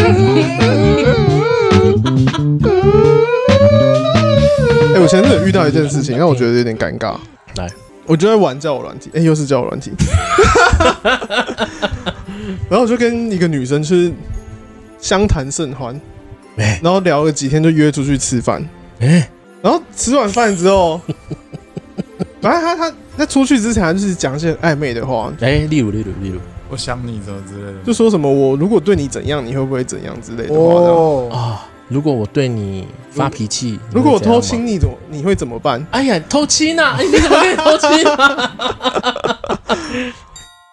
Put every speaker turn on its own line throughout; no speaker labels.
哎让我觉得有点尴尬。
来，
我就在玩交友软体，哎、又是交友软体。 然后我就跟一个女生就是相谈甚欢，
哎
然后聊了几天，就约出去吃饭。
哎，
然后吃完饭之后，反正他他他出去之前，他就是讲一些暧昧的话，
哎，例如例如例如
我想你什么之类的，
就说什么我如果对你怎样，你会不会怎样之类的话。这样
啊，如果我对你发脾气，你
如果
会
我
怎样
偷
吗
亲，你怎么你会怎么办？
哎呀，偷亲呐！ 哎，你怎么可以偷亲 啊？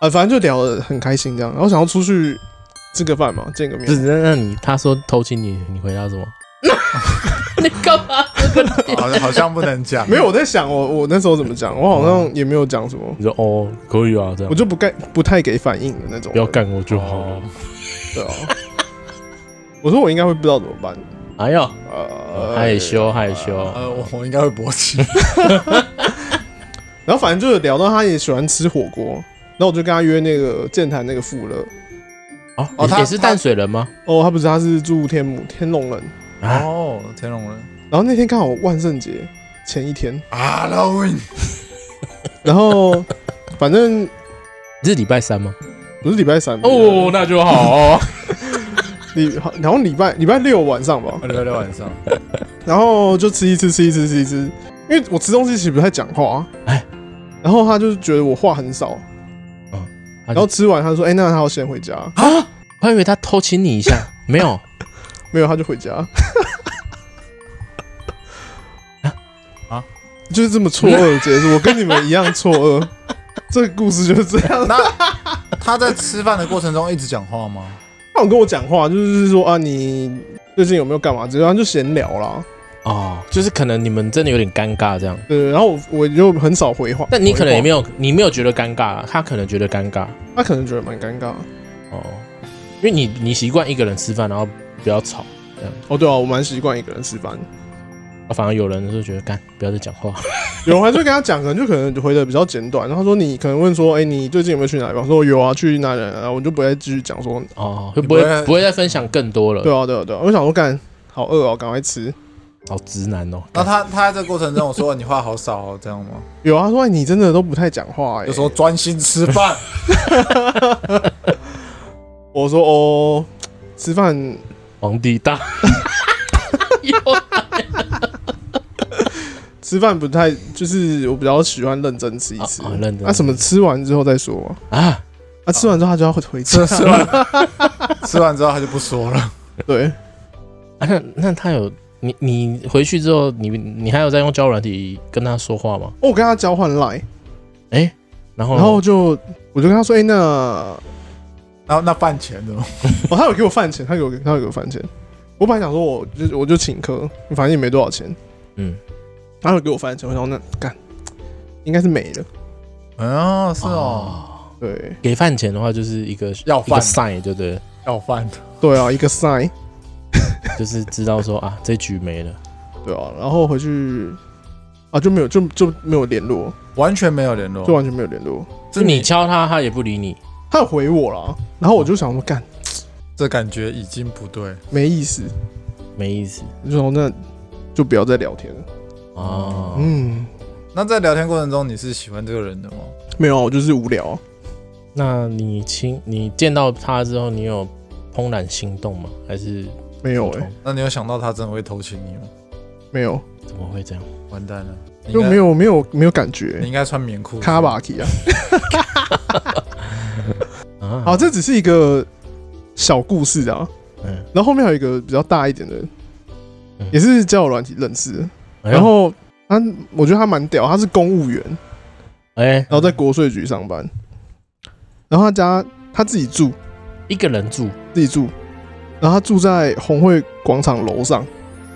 啊，反正就聊得很开心这样。然后想要出去吃个饭嘛，见个面
不。是，那那你他说偷亲你，你回答什么？ 你干嘛？
好像好像不能讲，
没有，我在想我我那时候怎么讲，我好像也没有讲什么，
你说哦，可以啊，这样
我就不该不太给反应的那种。
不要，干我就好了
哦。
对啊。我说我应该会不知道怎么办，
哎呦，
呃，
害羞害羞，
呃，我我应该会勃起，
然后反正就是聊到他也喜欢吃火锅，然后我就跟他约那个健谈那个富乐。
哦，
哦
也
他
也是淡水人吗？
哦，他不是，他是住天母天龙人。
啊，
哦，天龙人
然后那天刚好万圣节前一天，
，Halloween，
然后 反正
你是礼拜三吗？
不是礼拜三
哦，，那就好哦。
礼好然后礼拜礼拜六晚上吧，
礼拜哦六晚上，
然后就吃一吃吃一吃吃一吃，因为我吃东西其实不太讲话、啊，
哎哦
然后他就是觉得我话很少，
他
然
就
后吃完他说，哎、那他要先回家，
啊， 我还以为他偷亲你一下， 没有，
没有他就回 家，
啊
就是这么错愕的结束，我跟你们一样错愕， 这个故事就是这样。
那他在吃饭的过程中一直讲话吗？
他有跟我讲话，就是说啊，你最近有没有干嘛？之类的，他就闲聊啦。
哦，就是可能你们真的有点尴尬这样，
对，然后我我就很少回话。
但你可能也没
有，
有，你没有觉得尴尬啊，他可能觉得尴尬
他可能觉得蛮尴尬。
哦，因为你你习惯一个人吃饭，然后不要吵，
哦，对啊，我蛮习惯一个人吃饭。
反而有人就觉得干不要再讲话，
有人还就跟他讲，可能就可能回的比较简短。然后他说你可能问说，哎、你最近有没有去哪里吧？我说有啊，去哪里哪里。然后我就不会继续讲说，
哦，会
你
不会
不会
不会再分享更多了？
对啊，对啊，对啊。我想说干，好饿哦，赶快吃。
好直男哦，
那他他在这过程中我说你话好少哦，这样吗？
有啊，他说、哎你真的都不太讲话、哎，
就说专心吃饭，
我说哦，吃饭
皇帝大，
吃饭不太，就是我比较喜欢认真吃一吃。
哦哦认真
那、什么吃完之后再说啊。
啊，
啊，吃完之后他就要回家
吃。吃完吃完之后他就不说了，
对，哦
啊，那那他有你你回去之后，你你还有在用交友软体跟他说话吗？
我跟他交换 line，
然后
然后就我就跟他说，哎、那哦，
然后那饭钱的，
他有给我饭钱，他有给他有给我饭钱。我本来想说我就我就请客，反正也没多少钱，
嗯，
他有给我饭钱，我想说那干应该是没了。
哎呀，是哦，
哦，
对
给饭钱的话就是一个
要
一个
饭
sign，对不对？
要饭
对啊，一个 sign，
就是知道说啊，这局没了。
对啊，然后回去啊就没有就就没有联络，
完全没有联络
就，完全没有联络。
就你敲他，他也不理你。
他有回我啦，然后我就想说干
这感觉已经不对，
没意思，
没意思
我就说那就不要再聊天了。
哦，
嗯，
那在聊天过程中，你是喜欢这个人的吗？
没有啊，我就是无聊啊。
那你亲你见到他之后，你有怦然心动吗？还是
没有哎、
普通
那你有想到他真的会偷亲你吗？
没有，
怎么会这样？
完蛋了，你应
就
该
没，有没有没有感觉
你。应该穿棉裤。
卡巴基啊。
啊，
好，这只是一个小故事啊。
嗯
然后后面还有一个比较大一点的
嗯，
也是交友软体认识的。
哎呦，嗯
然后他，我觉得他蛮屌，他是公务员，
哎，
然后在国税局上班。然后他家他自己住，
一个人住，
自己住。然后他住在红会广场楼上，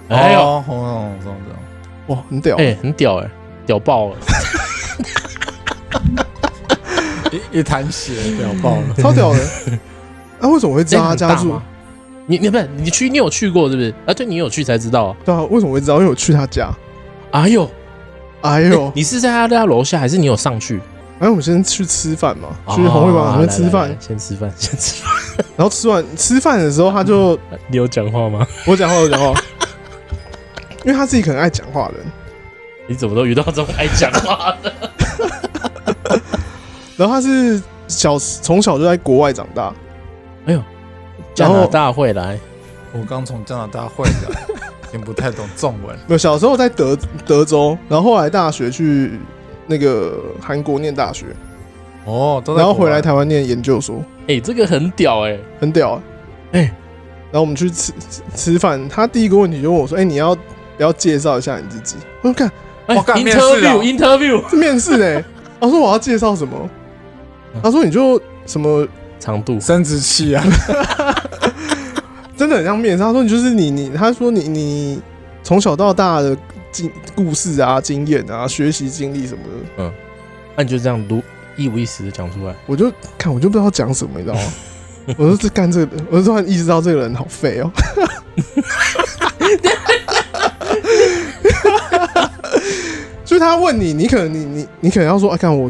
哎呦，
哦，红红红红红，
哇，很屌。。
哎，很屌哎，屌爆了，
一一滩血屌爆了
超 屌的。那、为什么我会知道
哎
他
很
家
大
住
吗？？你你不是你去你有去过是不是？啊，对你有去才知道啊。
对啊，为什么我会知道？因为我去他家。
哎呦，
哎
哎
呦，
你是在他家楼下还是你有上去？
哎，我们先去吃饭嘛，去红会
哦
广场那
来
边吃
来
饭
来。先吃饭， 先吃饭。
然后吃完吃饭的时候，他就
你有讲话吗？
我讲话我讲话，因为他自己可能爱讲话的人，
你怎么都遇到这种爱讲 话的？
然后他是小从小就在国外长大，
加拿大会来，
我刚从加拿大回来，听不太懂中文。
没有小时候在德德州，然后后来大学去那个韩国念大学，
哦，都在
然后
国
回
外
来台湾念研究所，
哎、这个很屌哎、
很屌、欸。
哎
然后我们去吃吃吃饭，他第一个问题就问我说：“哎、你要不要介绍一下你自己？”我说：“看
哎、
哇干
i n
面
t
试
e r
啊
v i e w interview
这面试 哎、欸。”他说：“我要介绍什么？”
嗯
他说：“你就什么
长度，
生殖器啊，
真的很像面试。”他说：“你就是你你。”他说你：“你你从小到大的经故事啊、经验啊、学习经历什么的。
那你就这样如一五一十的讲出来。”
我就看我就不知道讲什么，你知道吗？ 我说这干这个，我就突然意识到这个人好废哦、 就是他问你，你可能你你你可能要说，啊，看我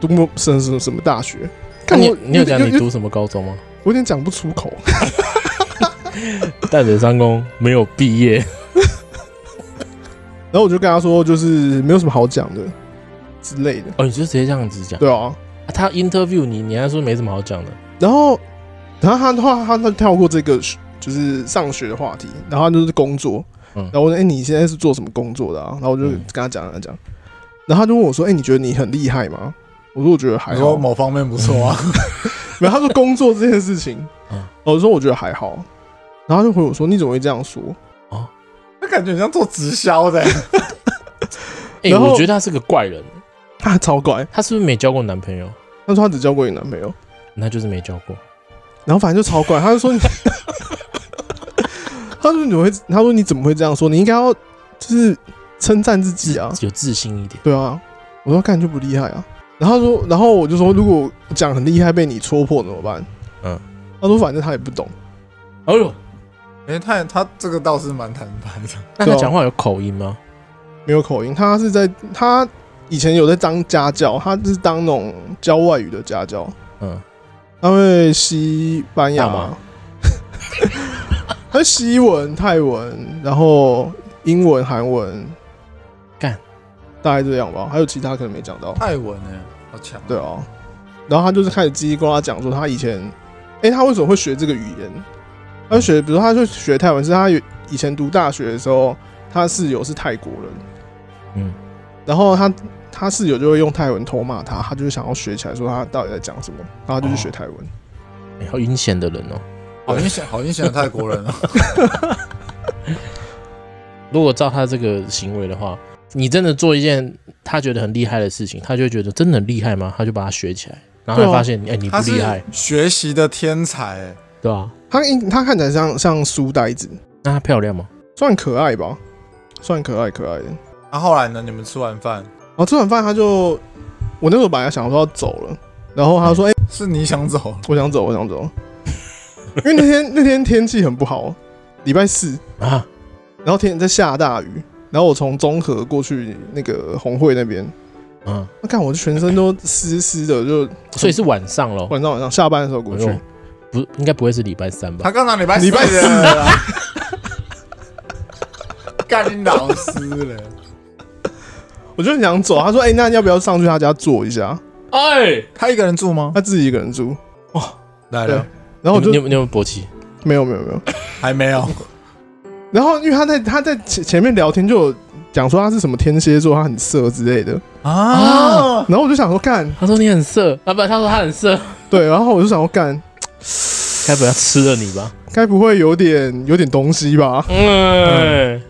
读过什什什么大学？
那
看
啊你
我
有你有讲你
有
读什么高中吗？
我有点讲不出口。
淡水三公没有毕业，
然后我就跟他说，就是没有什么好讲的之类的，
哦，你就直接这样子讲。
对啊。
啊他 interview 你，你还说没什么好讲的，
然后，然后他的话，他他跳过这个就是上学的话题，然后他就是工作，
嗯
然后我说：“哎、你现在是做什么工作的啊？”然后我就
嗯
跟他讲，跟他讲，然后他就问我说：“哎、你觉得你很厉害吗？”我说：“我觉得还
你
好
说。某方面不错 啊，”
没有，他说工作这件事情，
嗯
然后我说：“我觉得还好。”然后他就回我说：“你怎么会这样说
那感觉很像做直销的。
哎、
然后
我觉得他是个怪人，？”
他超怪，
他是不是没交过男朋友？
他说他只交过你男朋友，
那就是没交过。
然后反正就超怪，他就说你， 他说你怎么会，他说你怎么会这样说？你应该要就是称赞自己啊，
自有自信一点。
对啊，我说干就不厉害啊。然后他说，然后我就说，如果讲很厉害被你戳破怎么办？
嗯，
他说反正他也不懂，
哎呦，
哎，他他这个倒是蛮坦白的，
那
对
他
啊
讲话有口音吗？
没有口音，他是在他以前有在当家教，他是当那种教外语的家教，
嗯，
他会西班牙
干
嘛
嘛，
他西文、泰文，然后英文、韩文，
干
大概这样吧，还有其他可能没讲到。
泰文呢，好强啊。
对啊，然后他就是开始叽里呱啦讲说他以前，哎、他为什么会学这个语言？他学，比如说他就学泰文，是他有以前读大学的时候，他室友是泰国人，
嗯，
然后他他室友就会用泰文偷骂他，他就是想要学起来，说他到底在讲什么，然后他就去学泰文。
哎好阴险的人哦。
好阴险，好阴险的泰国人啊！
如果照他这个行为的话，你真的做一件他觉得很厉害的事情，他就会觉得真的很厉害吗？他就把它学起来，然后
对
才
啊
发现，哎、你不
他
厉
是
害，
学习的天才欸，
对吧、啊？
他应他看起来像像书呆子，
那他漂亮吗？
算可爱吧，算可爱可爱的。
那啊后来呢？你们吃完饭
然后吃完饭他就，我那时候本来想说要走了，然后他说，哎、
是你想走？
我想走，我想走， 因为那天那天天气很不好，礼拜四，
啊，
然后天在下大雨，然后我从中和过去那个红会那边，
嗯，
我看我全身都湿湿的，就
所以是晚上喽，
晚上晚上下班的时候过去
哎，呦不，应该不会是礼拜三吧
他？刚才礼拜啊
礼拜四
了啦， 干你老师了。
我就很想走。他说：“哎、那要不要上去他家坐一下
哎，
他一个人住吗？
他自己一个人住。
来
了，”然后我就
你有你有没有勃起？
没有没有没有。
还没有。
然后因为他在他在前前面聊天就有讲说他是什么天蝎座，他很色之类的。
啊，
然后我就想说干
他说你很色啊，不，他说他很色，
对，然后我就想说干，
该不要吃了你 吧？
该不会有点有点东西吧？
嗯，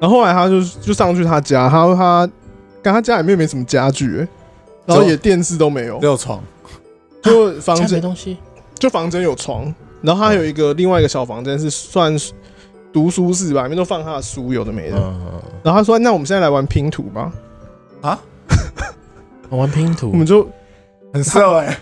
然后后来他就就上去他家，他他跟他家里面没什么家具、
哦
欸然后也电视都没有，
六床，
就房
家没
间
东西，
就房间有床，然后他有一个另外一个小房间是算读书室吧，里面都放他的书，有的没的。
嗯，
然后他说：“那我们现在来玩拼图吧。
嗯玩拼”图
我，们就
很色哎。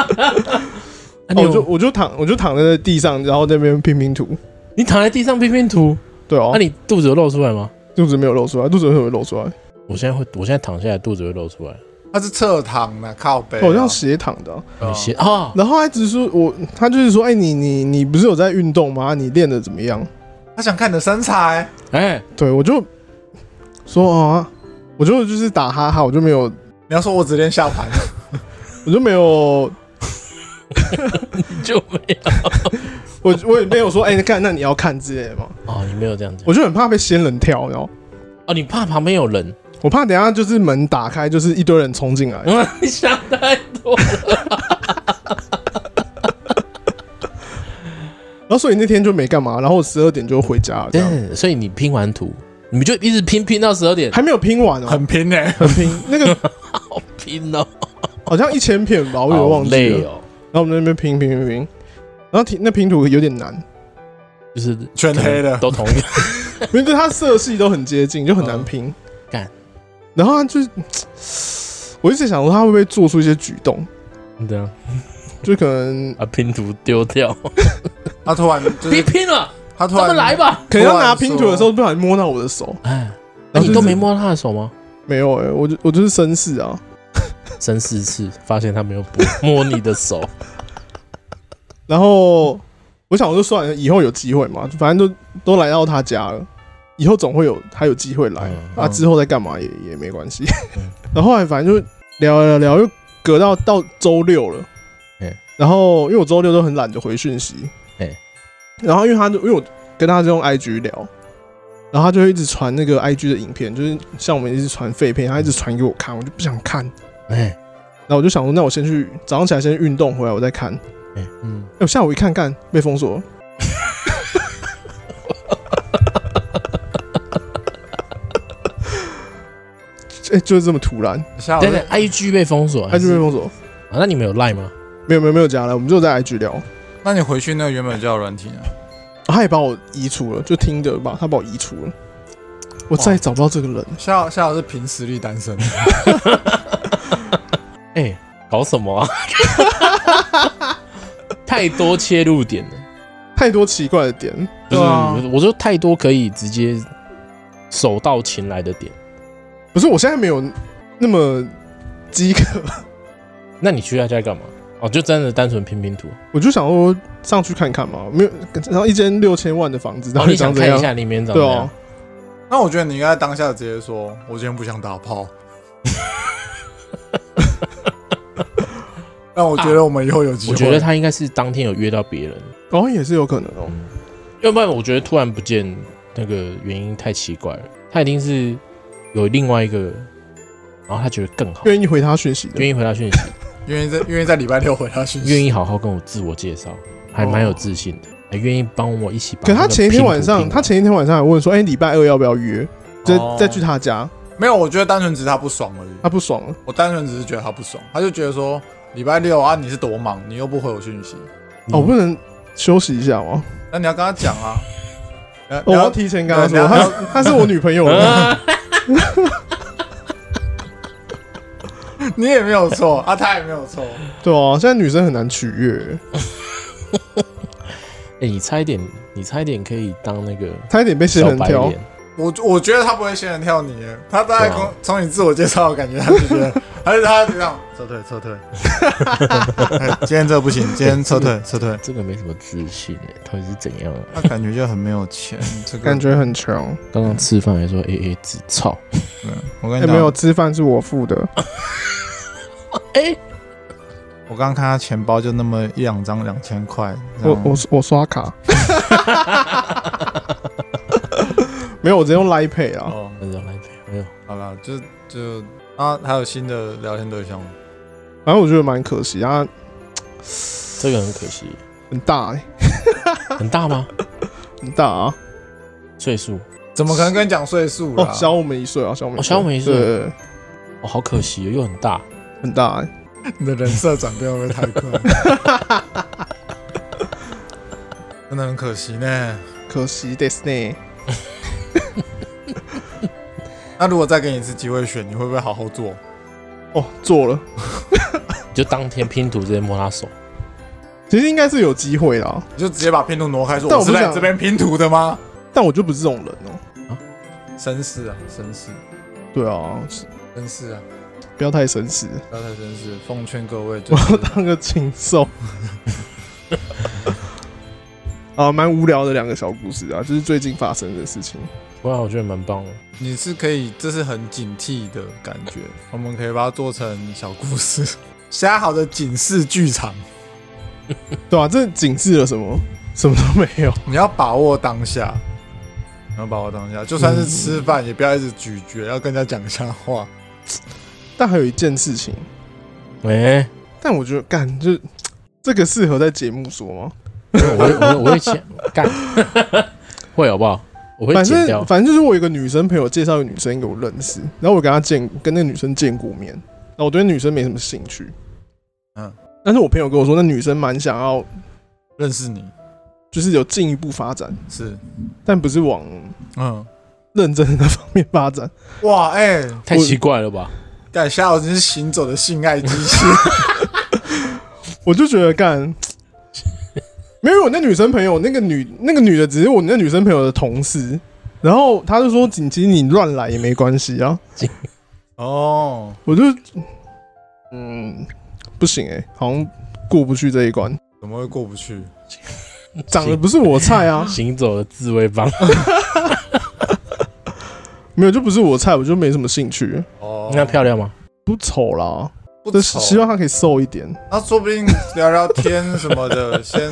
啊
哦我
你有
就我就躺我就躺在地上，然后在那边拼拼图。
你躺在地上拼拼图，
对哦
那、，你啊肚子有露出来吗？
肚子没有露出来，肚子为什么会露出来？
我现在会，我现在躺下来，肚子会露出来。
他是侧躺的，靠
哦
背啊。
哦
哦
好像斜躺的啊、
有些啊，
然后他只是说我，他就是说：“哎、你你你不是有在运动吗？你练的怎么样
他想看你的身材。？”
哎，
对我就说哦啊，我就就是打哈哈，我就没有，
你要说我只练下盘，
我就没有，
就没有
我我也没有说，哎、干，那你要看之类的嘛，
哦，你没有这样子
我就很怕被仙人跳，然后
哦，你怕旁边有人，
我怕等一下就是门打开，就是一堆人冲进来，
你想太多了。
然后所以那天就没干嘛，然后我十二点就回家了，这样
对，所以你拼完图，你们就一直拼拼到十二点，
还没有拼完哦、
很欸拼呢、
很拼，那 个
好拼哦，
好像一千片吧，我有
好
点忘记
累
了。
哦，
然后我们在那边拼拼拼拼，然后拼那拼图有点难，
就是
全黑的，
都同一个。
因为对它色系都很接近，就很难拼。
干
然后他就是，我一直想说他会不会做出一些举动，
对啊，
就可能
把啊拼图丢掉，
他突然就
别
是
拼了，
他突
他们
然
来吧。
可能要拿拼图的时候不小心摸到我的手，
哎，那
然
呃
后
你
就是
都没摸到他的手吗？
没有哎、我就我就是绅士啊，
三四次发现他没有摸摸你 的手，
然后我想我就算了，以后有机会嘛，反正都都来到他家了，以后总会有还有机会来、
嗯
啊，之后再干嘛也也没关系
嗯。
然后后来反正就聊聊聊，又隔到到周六了
嗯，
然后因为我周六都很懒得回讯息
嗯，
然后因为他就因为我跟他就用 IG 聊。然后他就会一直传那个 IG 的影片，就是像我们一直传废片，他一直传给我看，我就不想看。
哎，
然后我就想说，那我先去早上起来先运动回来，我再看。
嗯，
哎我下午一看，干被封锁了。 哎、就是这么突然，
下午
等等，IG 被封锁，
他
还
就是被封锁。
啊那你们有赖吗？
没有没有没有加了，我们就在 IG 聊，啊
那你回去那个原本叫软体呢？
他也把我移除了，就听着吧，他把我移除了，我再也找不到这个人。
夏夏是凭实力单身，
哎，搞什 么啊？太多切入点了。
太多奇怪的点，
就是
对啊
我说太多可以直接手到擒来的点，
不是我现在没有那么饥渴，
那你去他家干嘛？哦，就真的单纯拼拼图。哦
我就想说上去看看嘛，没有，然后一间六千万的房子，然
哦，
后
你想
长怎
看
样
一？下里面长怎
对啊
样？，
那我觉得你应该当下直接说，我今天不想打炮。但我觉得我们以后有机
啊
会，
我觉得他应该是当天有约到别人，
哦也是有可能哦。
要不然我觉得突然不见那个原因太奇怪了。他一定是有另外一个，然后他觉得更好，
愿意回他讯息的
愿，意回 他讯息，
愿意在愿意在礼拜六回他讯息，
愿意好好跟我自我介绍，还蛮有自信的，还愿意帮我一起把
哦可
那个拼
他
图拼完。
前一天晚上，他前一天晚上还问说：“哎、礼拜二要不要约？再、
哦
再去他家啊
没有，我觉得单纯只是他不爽而已。？”
啊
他不爽了，
我单纯只是觉得他不爽，他就觉得说礼拜六啊，你是多忙，你又不回我讯息，
嗯
哦，我不能休息一下吗？
那你要跟他讲 啊。你要
哦我
你
要
要
提前跟他说，
对你要
他他是我女朋友了，
啊
你也没有错啊，他也没有错。
对啊，现在女生很难取悦，
哎、你差一点，你差一点可以当那个
差一点被仙
小
人
白
跳
脸。。
我我觉得他不会先人跳你耶，他大概
对啊
从从你自我介绍的感觉，他就觉 得还是他就这样撤退撤 退。哎今天这不行，今天撤 退撤退，
这个没什么自信诶，到底是怎样、啊？
他感觉就很没有钱，这个
感觉很强，
刚刚吃饭还说 A A 制，哎操！
对我跟
哎、
你
啊
讲，
没有吃饭是我付的，
哎、
我刚刚看他钱包就那么一两张两千块，
啊
我我我刷卡，没有，我直接用 Line Pay 啊，
哦，
那人来哎陪，没有，
好了，就就啊，还有新的聊天对象吗？
反正我觉得蛮可惜，他
这个很可惜，
很大、欸、
很大吗？
很大啊，
岁数
怎么可能跟你讲岁数啦？
哦，小我们一岁啊，小我们
哦小我们一岁
对对对
哦，好可惜哦，又很大。
很大、欸。
你的人设转变会不会太快？ 真的很可惜呢。
可惜 Disney，
那如果再给你一次机会选，你会不会好好做？
哦，做了，
你就当天拼图直接摸他手，
其实应该是有机会啦，
你就直接把拼图挪开，说
但
我
我不
是来
想
这边拼图的吗？
但我就不是这种人哦、
绅士啊，绅士，
对啊，
绅士啊，
不要太绅士，
不要太绅士，奉劝各位就
我
是
要当个禽兽。 啊，蛮无聊的两个小故事啊，就是最近发生的事情。
哇，我觉得蛮棒的。
你是可以，这是很警惕的感觉。我们可以把它做成小故事， 虾好的警示剧场。
对啊，这警示了什么？什么都没有。
你要把握当下，你要把握当下，就算是吃
嗯
饭，也不要一直咀嚼，要跟人家讲一下话。
但还有一件事情，
哎、
但我觉得干就这个适合在节目说吗？
我会我会我会剪 干，会好不好？我会
反
剪掉
正。反正就是我有一个女生朋友介绍一个女生给我认识，然后我跟她见跟那个女生见过面，然后我对那女生没什么兴趣，
嗯，
但是我朋友跟我说那女生蛮想要
认识你
就是有进一步发展，
是，
但不是往
嗯，
认真的那方面发展。
哇，哎、欸，
太奇怪了吧？
干虾好真是行走的性爱 机器。
我就觉得干， 没有因为我那女生朋友，那个女那个女的只是我那女生朋友的同事，然后她就说，紧急你乱来也没关系啊，
哦，
我就嗯不行哎、好像过不去这一关，
怎么会过不去？
长得不是我菜 啊，
行走的自卫帮，
没有就不是我菜，我就没什么兴趣，
哦，
那漂 亮吗？
不丑啦，
不
就
丑
是希望她可以瘦一点。
那说不定聊聊天什么的，先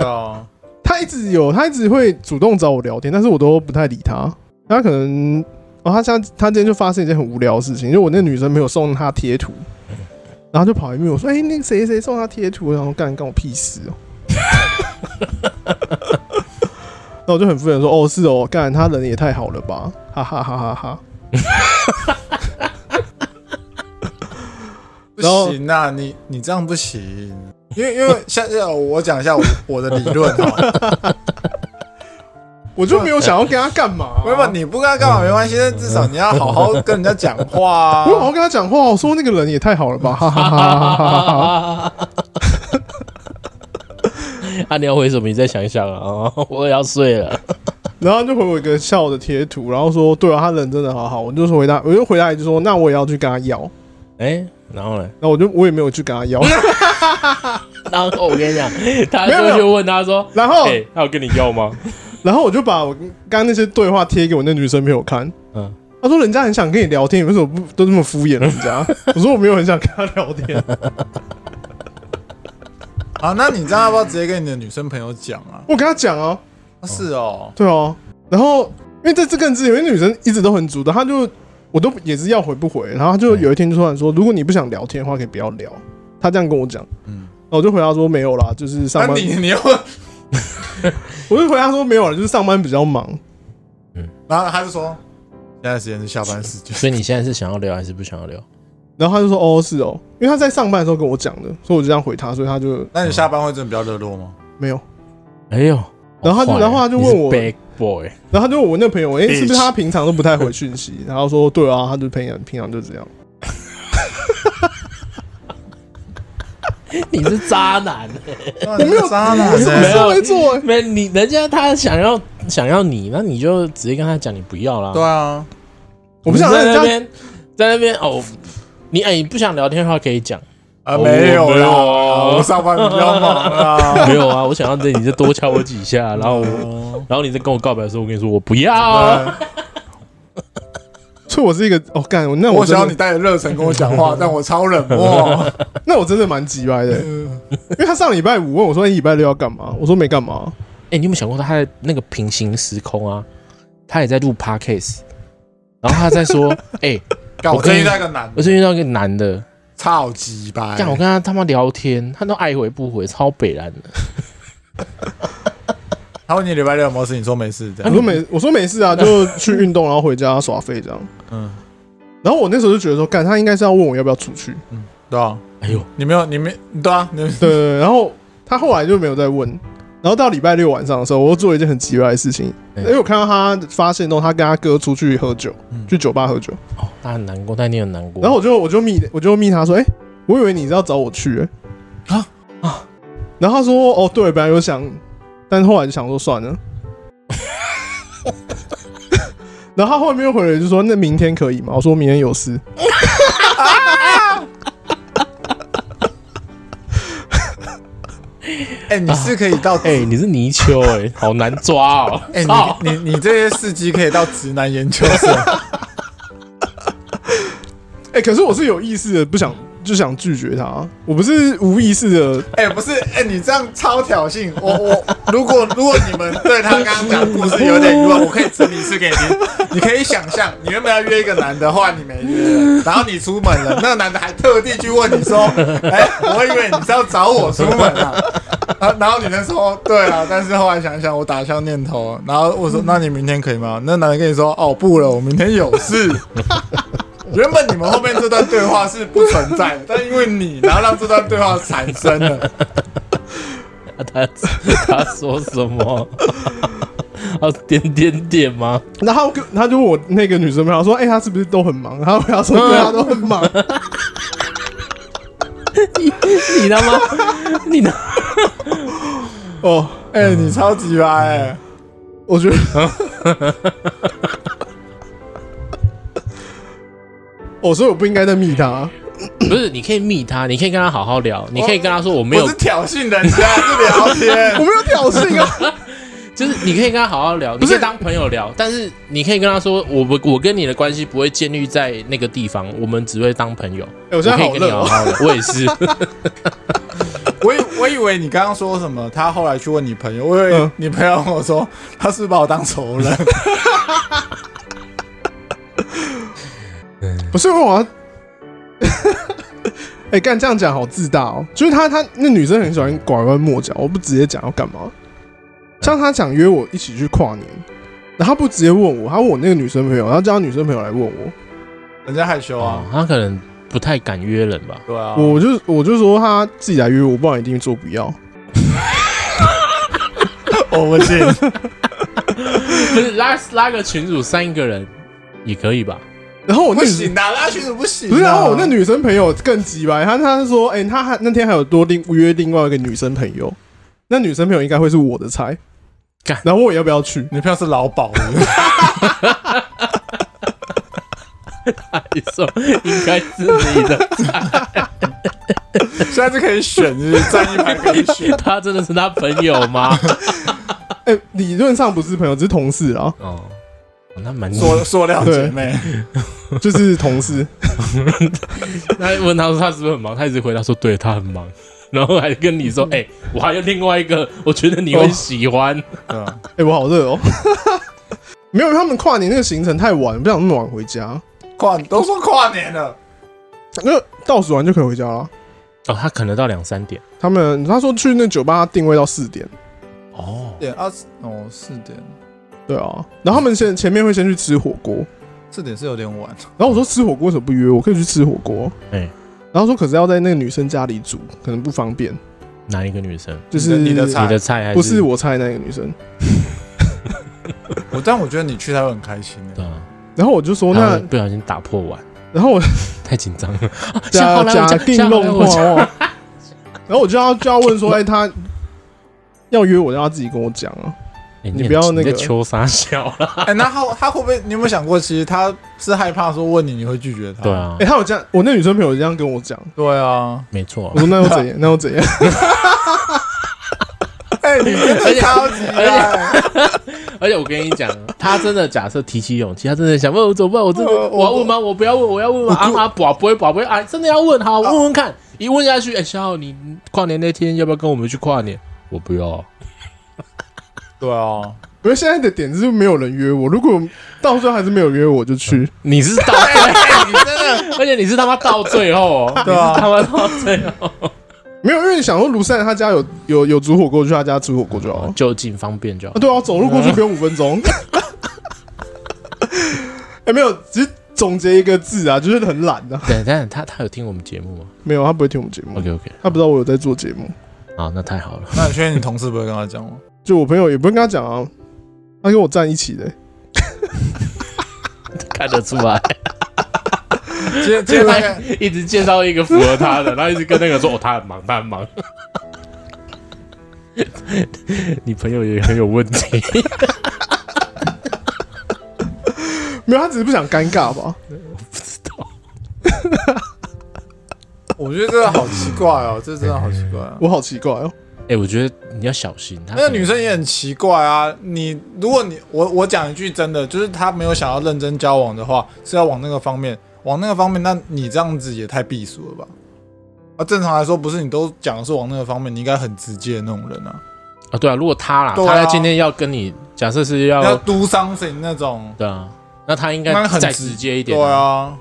啊，
她一直有，她一直会主动找我聊天，但是我都不太理她，她可能。哦，她现在她今天就发生一件很无聊的事情，因为我那个女生没有送她贴图，然后就跑来问我说：“哎、那个谁谁送他贴图？”然后干干我屁事 哦、然后我就很敷衍地说：“哦，是哦，干他人也太好了吧，哈哈哈哈哈。
不
然后
行啊，你你这样不行，因为因为像像我讲一下我我的理论哦，”
我就没有想要跟他干嘛、啊
没有你不跟他干嘛没关系，但至少你要好好跟人家讲话啊
我。好 好跟他讲话，我说那个人也太好了吧，哈哈哈哈哈哈哈。
啊，你要回什么？你再想一想啊！哦我也要睡了。
然后他就回我一个笑的贴图，然后说：“对啊，他人真的好好。”我就说回答，我就回答一句说：“那我也要去跟他要。”
哎、然后呢？
然后我就我也没有去跟他要，
然后我跟你 讲，他
没有没有
就去问他说
然：“后
哎、他有跟你要吗
然后我就把我刚刚那些对话贴给我那女生朋友看，
嗯
嗯，她说人家很想跟你聊天，你为什么不都这么敷衍人家？我说我没有很想跟她聊天，
啊，那你这样要不要直接跟你的女生朋友讲啊？
我跟她讲啊，
啊是哦，
对啊，然后因为这这更自由，因为女生一直都很主动，她就我都也是要回不回，然后她就有一天就突然说，如果你不想聊天的话，可以不要聊，她这样跟我讲，
嗯，
然后我就回答说没有啦，就是上
那
班，
你你又，
啊我就回答说没有啦，就是上班比较忙，
然后他就说，现在时间是下班时？”间，
所以你现在是想要聊还是不想要聊？
然后她就说哦是哦，因为她在上班的时候跟我讲的，所以我就这样回她，所以她就
那你下班会真的比较热络吗？
没有。
哎呦，
然后他就
好坏
然后他就
你是
问我
，Big Boy，
然后他就问我那朋友，哎、
Bitch
是不是他平常都不太回讯息？然后说对啊，他就平常平常就这样。
你是渣男。
我没
有
渣男
我什么
没
事
有
都没做、欸，
没你，人家他想要想要你，那你就直接跟他讲你不要啦。
对，啊，
我不想让
在
人
那
家。
边在那边哦，你哎、你不想聊天的话可 以讲，
啊
哦
没有
我没
啦，
有啊
我上班比较忙啊。
没有啊，我想要对你就多敲我几 下，然后我
哦
然后你再跟我告白的时候，我跟你说我不 要，
对
所以我是一个哦，干我那
我
我真
想要你
的
带着热忱跟我讲 话，但我超冷漠。
那我真的蛮急歪的、欸
嗯
因为他上礼拜五问我说你哎礼拜六要干嘛，我说没干嘛。
哎、你有没有想过他在那个平行时空啊，他也在录 podcast，然后他在 说，哎、
干，我
我跟
最
你
近在跟男
我最近遇到一个男的，
超级
哎
白，
干我跟他他妈聊天，他都爱回不回，超北然的，
他问你礼拜六有没有事，啊你说没事这
我
样。
说没，我说没事啊，就去运动，然后回家耍废这样。
嗯，
然后我那时候就觉得 说，干他应该是要问我要不要出去。
对啊，
哎呦，
你没有，你没对啊，你
对对对，然后他后来就没有再问。然后到礼拜六晚上的时候，我又做了一件很奇怪的事情，
嗯
哎
因为我看到他发现到他跟他哥出去喝酒，
嗯
去酒吧喝酒。
哦，他很难过，他一定很难过。
然后我就我就密我就密他说，哎、我以为你是要找我去、欸，
啊
啊
然后他说，哦，对，本来有想，但后来就想说算了。 然后他后面又回了一句说，那明天可以吗？我说明天有事。
哎，你是可以到
哎、你是泥鳅哎、好难抓哦！
哎、
操
你你你这些事迹可以到直男研究所，
哎、可是我是有意识的，不想就想拒绝他，啊我不是无意识的。
哎、不是，哎、你这样超挑衅，我我如果如果你们对他刚刚讲的故事有点疑问，我可以整理一次给你听，你可以想象，你原本要约一个男的，后来你没约了，然后你出门了，那个男的还特地去问你说，哎、我以为你是要找我出门啊，啊，然后女生说，对啊，但是后来想一想，我打消念头，然后我说，那你明天可以吗？那男的跟你说，哦，不了，我明天有事。原本你们后面这段对话是不存在的，但因为你，然后让这段对话产生了。
啊他他说什么？啊，点点点吗？
然后跟他就问我那个女生朋友说：“哎、她是不是都很忙？”然后他说：“对啊，都很忙。
你他妈， 你他
哦，
哎、你超级歪、欸！
我觉得 哦，所以我不应该再密他。
不是？你可以密他，你可以跟他好好聊，你可以跟他说我没有
我是，挑衅人家，是聊
我
天。
没有挑衅 啊！
就是你可以跟他好好聊，你
不是
可以当朋友聊，但是你可以跟他说，我不，我跟你的关系不会建立在那个地方，我们只会当朋友。
哎我
我
现在
可以
好
跟你
热
好
哦。
好聊，我也是。
我以我以为你刚刚说什么，他后来去问你朋友，我以为
嗯
你朋友跟我说，他是不是把我当仇人？
不是我要， 哎、干这样讲好自大哦。就是他他那女生很喜欢拐弯抹角，我不直接讲要干嘛。像他想约我一起去跨年，然后他不直接问我，他问我那个女生朋友，然后叫他女生朋友来问我，
人家害羞
哦
啊，，
他可能不太敢约人吧。
对啊，
我就我就说他自己来约我，不然一定做不要。
我不信。
不是拉拉个群主三个人也可以吧？
然后我那
不
女
行的、啊，拉群主不行、啊。
不是，然后我那女生朋友更鸡掰，她她是说，哎、她还那天还有多另约另外一个女生朋友，那女生朋友应该会是我的菜
干。
然后我要不要去？
女朋友是老鸨，
你说应该是你的，
现在是可以选，就是站一排可以 选。
他真的是他朋友吗？
哎、理论上不是朋友，只是同事啊，
哦，那蛮
塑塑料姐妹，
就是同事。
那问他说他是不是很忙，他一直回答说对他很忙，然后还跟 你说，哎、我还有另外一个，我觉得你会喜欢。
对啊
哎、我好热哦。没有，他们跨年那个行程太晚，不想那么晚回家，
跨都说跨年了，
那倒数完就可以回家了。
哦，他可能到两三点。
他们他说去那酒吧定位到四点，
哦，
点二十哦四点，
对啊，然后他们先前面会先去吃火锅，
四点是有点晚。
然后我说吃火锅为什么不约我？可以去吃火锅。
哎
然后说可是要在那个女生家里煮，可能不方便，
哪一个女生？
就是
你的你的菜
你的菜还
不
是
是？我猜的那个女生。
我但我觉得你去他会很开心欸的、
对啊，
然后我就说
我
那，
不小心打破碗，
然 后我
太紧张了。啊下
假
好来我
假
家
定
下好
弄
来我家
话哦，然后我就要就要问说，哎，他要约我，让他自己跟我讲啊。
哎
你不要
很
那个
你在秋沙笑了。
哎、那他他会不会？你有没有想过，其实他是害怕说问你，你会拒绝他？
对，啊
哎，，他有这样，我那女生朋友这样跟我讲，
哦
对啊。
没错
我。说那又怎样？那又怎 样？
哎、你真的超级爱，
而且我跟你讲， 他真的假设提起勇气，他真的想问我怎么办？我真的
呃我
我要问吗？我不要问，我要问吗？啊啊，宝不会宝不会啊，真的要问
哦
好，我问问看。一问下去，哎，小浩，你跨年那天要不要跟我们去跨年？我不要。
对啊。
因为现在的点是没有人约我，如果到最后还是没有约我，就去。
你是 到
哎
最，你真的，而且你是他妈到最后哦，
对啊
你是他妈到最后，哦
没有，因为想说卢塞他家有有有煮火锅，就去他家吃火锅就好
啊
了。
就近方便就好
啊，。对啊，走路过
嗯
去不用五分钟。 哎、没有，只是总结一个字啊，就是很懒啊。
对，但他他有听我们节目吗
没有，他不会听我们
嗯
节目
？OK OK，
他不知道我有在做节目。
好，那太好了。
那你确定你同事不会跟他讲吗？
就我朋友也不会跟他讲啊，他跟我站一起的、
看得出来，
接接大概
一直介绍一个符合他的，然后一直跟那个说，哦，他很忙，他很忙。 你朋友也很有问题，
没有，他只是不想尴尬吧？
我觉得这个好奇怪哦，这真的好奇怪、啊。
我好奇怪哦、
哎、 哎，我觉得你要小心。那
那个女生也很奇怪啊！你如果你我我讲一句真的，就是她没有想要认真交往的话，是要往那个方面，往那个方面，那你这样子也太避俗了吧？啊，正常来说，不是你都讲的是往那个方面，你应该很直接的那种人啊，
啊，对啊，如果她啦，
对
她
啊
今天要跟你，假设是
要
要
do something 那种，
对啊，那她应该
那很
再
直
直接一点。
对，啊，